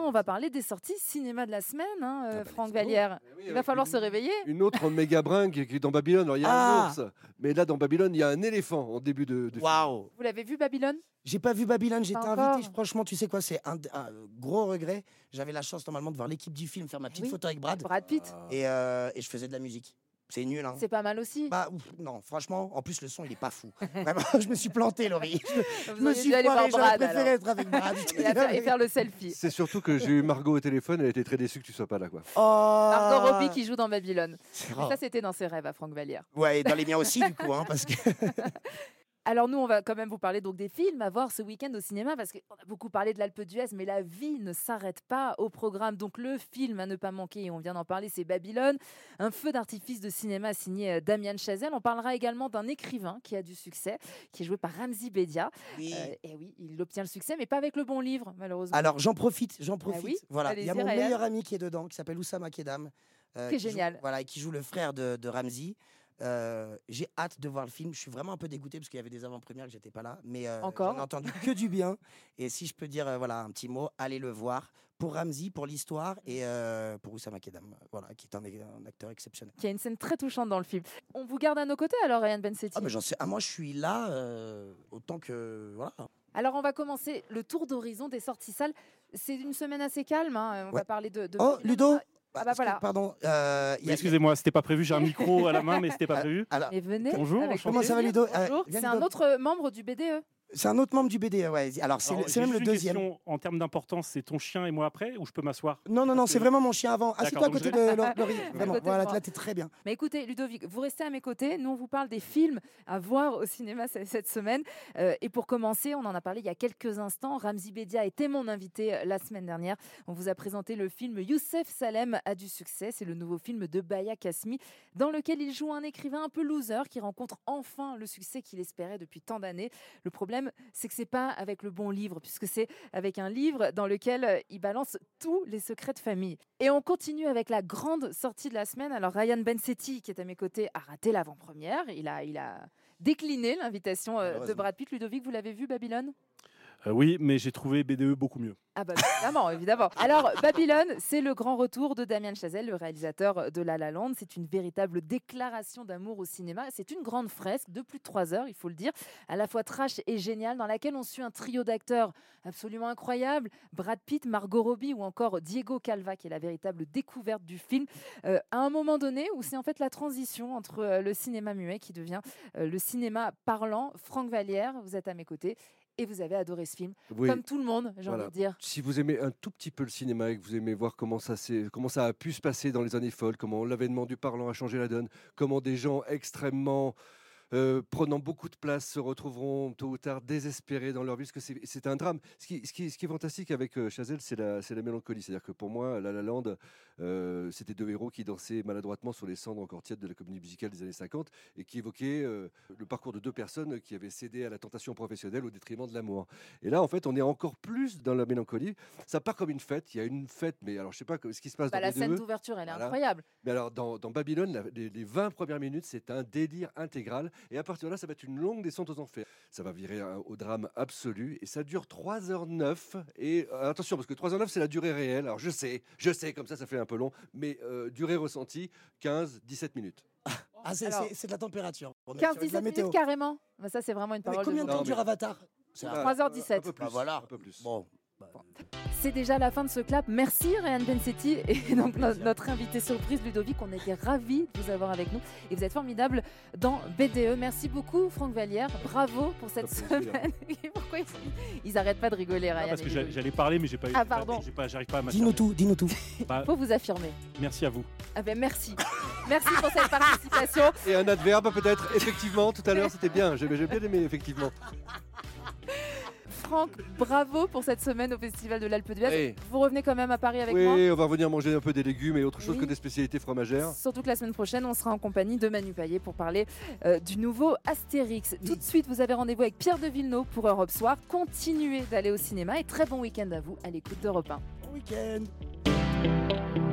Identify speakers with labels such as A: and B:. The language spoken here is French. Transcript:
A: on va parler des sorties cinéma de la semaine, hein, euh,
B: bah,
A: Franck
B: let's go.
A: Vallière.
B: Eh oui,
A: Il va
B: avec
A: falloir
B: une-
A: se réveiller.
B: Une autre méga bringue qui est dans Babylone. Alors, il y a
C: Ah.
B: un ours, mais là, dans Babylone, il y a un éléphant en début de. de
C: Waouh
A: Vous l'avez vu, Babylone
C: J'ai pas vu Babylone, j'étais
A: encore.
C: invité. je- Franchement, tu sais quoi, c'est un, un gros regret. J'avais la chance normalement de voir l'équipe du film faire ma petite
A: Oui.
C: photo avec Brad
A: Brad
B: film.
A: Pitt,
B: Ah.
C: et, euh, et je faisais de la musique. C'est nul, hein.
A: c'est pas mal aussi.
C: Bah, ouf, non, franchement, en plus le son il est pas fou. Vraiment, je me suis planté, Laurie. Je
A: Vous
C: me
A: auriez
C: suis
A: dû aller voir
C: foiré,
A: Brad.
C: j'aurais préféré
A: alors.
C: être avec Brad. je te
A: Et à faire-
C: dis.
A: et faire le selfie.
B: C'est surtout que j'ai eu Margot au téléphone, elle était très déçue que tu sois pas là. Quoi.
C: Oh.
A: Margot Robbie qui joue dans Babylone.
C: Oh.
A: Mais ça, c'était dans ses rêves à Franck Vallière.
C: Ouais, et dans les miens aussi du coup, hein, parce que.
A: Alors nous, on va quand même vous parler donc des films à voir ce week-end au cinéma parce qu'on a beaucoup parlé de l'Alpe d'Huez, mais la vie ne s'arrête pas au programme. Donc le film à ne pas manquer, et on vient d'en parler, c'est Babylone, un feu d'artifice de cinéma signé euh, Damien Chazelle. On parlera également d'un écrivain qui a du succès, qui est joué par Ramzi Bedia.
C: Oui.
A: et oui, il obtient le succès, mais pas avec le bon livre, malheureusement.
C: Alors j'en profite, j'en
A: Mm.
C: profite.
A: Bah oui,
C: voilà, il y a
A: allez-y,
C: mon
A: Ryan.
C: meilleur ami qui est dedans, qui s'appelle Oussama Kedam. euh,
A: Qui est
C: joue-
A: génial.
C: voilà, et qui joue le frère de, de Ramzi. Euh, j'ai hâte de voir le film. Je suis vraiment un peu dégoûté parce qu'il y avait des avant-premières que j'étais pas là, mais euh,
A: Encore
C: j'en ai entendu que du bien. Et si je peux dire euh, voilà un petit mot, allez le voir pour Ramzi, pour l'histoire
A: Mm.
C: et euh, pour Oussama Kedam, voilà, qui est un, un acteur exceptionnel.
A: Qui a une scène très touchante dans le film. On vous garde à nos côtés alors, Ryan Bensetti
C: Ah mais j'en sais, ah, moi je suis là euh, autant que voilà.
A: Alors, on va commencer le tour d'horizon des sorties salles. C'est une semaine assez calme. hein, On va
C: Ouais.
A: parler de. de
C: Oh
A: films.
C: Ludo,
A: bah,
C: est-ce que-
A: voilà.
C: pardon. euh, il y
D: Oui,
C: a- Ah.
D: Excusez-moi, c'était pas prévu. J'ai un micro à la main, mais c'était pas prévu.
C: alors,
A: Mais venez.
D: Ah, Bonjour,
A: avec
D: enchanté. Comment
C: ça va,
A: plaisir.
C: Ludo Euh,
A: Bonjour.
C: viens,
A: C'est un
C: Ludo.
A: autre membre du E. BDE.
C: C'est un autre membre du BD, ouais. Alors, c'est
D: Alors,
C: le-
D: j'ai
C: c'est même le
D: juste une
C: deuxième.
D: question en termes d'importance, c'est ton chien et moi après, ou je peux m'asseoir
C: Non, non, non,
D: Parce
C: c'est
D: que-
C: vraiment mon chien avant. Assieds-toi à
D: donc
C: côté
D: je
C: de Lo- Laurie. Vraiment,
A: côté de
C: voilà,
A: moi.
C: là, t'es très bien.
A: Mais écoutez, Ludovic, vous restez à mes côtés. Nous, on vous parle des films à voir au cinéma ce- cette semaine. Euh, et pour commencer, on en a parlé il y a quelques instants. Ramzi Bedia était mon invité euh, la semaine dernière. On vous a présenté le film Youssef Salem a du succès. C'est le nouveau film de Baya Kasmi, dans lequel il joue un écrivain un peu loser qui rencontre enfin le succès qu'il espérait depuis tant d'années. Le problème, c'est que c'est pas avec le bon livre, puisque c'est avec un livre dans lequel euh, il balance tous les secrets de famille. Et on continue avec la grande sortie de la semaine. Alors Ryan Bensetti, qui est à mes côtés, a raté l'avant-première. Il a, il a décliné l'invitation euh, de
C: Malheureusement.
A: Brad Pitt. Ludovic, vous l'avez vu, Babylone
D: Euh, Oui, mais j'ai trouvé BDE beaucoup mieux.
A: ah bah évidemment, évidemment. Alors Babylone, c'est le grand retour de Damien Chazelle, le réalisateur de La La Land. C'est une véritable déclaration d'amour au cinéma. C'est une grande fresque de plus de trois heures, il faut le dire, à la fois trash et géniale, dans laquelle on suit un trio d'acteurs absolument incroyables. Brad Pitt, Margot Robbie ou encore Diego Calva, qui est la véritable découverte du film. Euh, à un moment donné où c'est en fait la transition entre euh, le cinéma muet qui devient euh, le cinéma parlant. Franck Vallière, vous êtes à mes côtés. Et vous avez adoré ce film,
B: Oui.
A: comme tout le monde, j'ai
B: Voilà.
A: envie de dire.
B: Si vous aimez un tout petit peu le cinéma et que vous aimez voir comment ça, s'est- comment ça a pu se passer dans les années folles, comment l'avènement du parlant a changé la donne, comment des gens extrêmement euh, prenant beaucoup de place se retrouveront tôt ou tard désespérés dans leur vie, parce que c'est- c'est un drame. Ce qui, ce qui- ce qui est fantastique avec euh, Chazelle, c'est la, c'est la mélancolie. C'est-à-dire que pour moi, La La Land, euh, c'était deux héros qui dansaient maladroitement sur les cendres encore tièdes de la comédie musicale des années 50 et qui évoquaient euh, le parcours de deux personnes qui avaient cédé à la tentation professionnelle au détriment de l'amour. Et là, en fait, on est encore plus dans la mélancolie. Ça part comme une fête. Il y a une fête, mais alors je sais pas que- ce qui se passe
A: Bah,
B: dans
A: la
B: les
A: scène
B: deux.
A: d'ouverture, elle est
B: Voilà.
A: incroyable.
B: Mais alors, dans, dans Babylone, la- les, les 20 premières minutes, c'est un délire intégral. Et à partir de là, ça va être une longue descente aux enfers. Ça va virer euh, au drame absolu. Et ça dure 3h09. Et euh, attention, parce que 3h09, c'est la durée réelle. Alors, je sais, je sais, comme ça, ça fait un peu long. Mais euh, durée ressentie, 15-17 minutes.
C: Ah, c'est
A: Alors-
C: c'est- c'est de la température. On est sur de
A: 15
C: la
A: 17
C: météo.
A: minutes carrément. Bah, ça, c'est vraiment une
C: Mais
A: parole de
C: combien de
A: Ludo.
C: temps
B: Non,
C: dure
B: mais-
C: Avatar C'est
B: Ah,
C: un-
A: 3h17.
B: Un peu plus.
C: Bah voilà.
B: un peu plus.
C: Bon.
A: C'est déjà la fin de ce clap. Merci Ryan Bensetti et donc no- notre invité surprise Ludovic. On était ravis de vous avoir avec nous et vous êtes formidable dans BDE. Merci beaucoup Franck Vallière. Bravo pour cette
B: Ça fait plaisir.
A: semaine. Et Pourquoi ils, ils arrêtent pas de rigoler Ryan
D: Ah, parce
A: et
D: que j'a-
A: Ludovic.
D: j'allais parler, mais j'ai pas eu.
A: Ah,
D: j'ai pas-
A: pardon.
D: j'ai pas- J'arrive pas à
C: Dis-nous
D: m'attarder.
C: tout, dis-nous tout.
D: Bah,
A: Faut vous affirmer.
D: merci à vous.
A: Ah ben merci. Merci pour cette participation.
B: Et un adverbe, peut-être. Effectivement, tout à l'heure, c'était bien. J'ai j'ai bien aimé, effectivement.
A: Franck, bravo pour cette semaine au Festival de l'Alpe d'Huez.
B: Oui.
A: Vous revenez quand même à Paris avec moi.
B: Oui, on va revenir manger un peu des légumes et autre chose
A: Oui.
B: que des spécialités fromagères.
A: Surtout que la semaine prochaine, on sera en compagnie de Manu Paillet pour parler euh, du nouveau Astérix. Tout de suite, vous avez rendez-vous avec Pierre de Villeneuve pour Europe Soir. Continuez d'aller au cinéma et très bon week-end à vous à l'écoute d'Europe 1.
C: Bon week-end.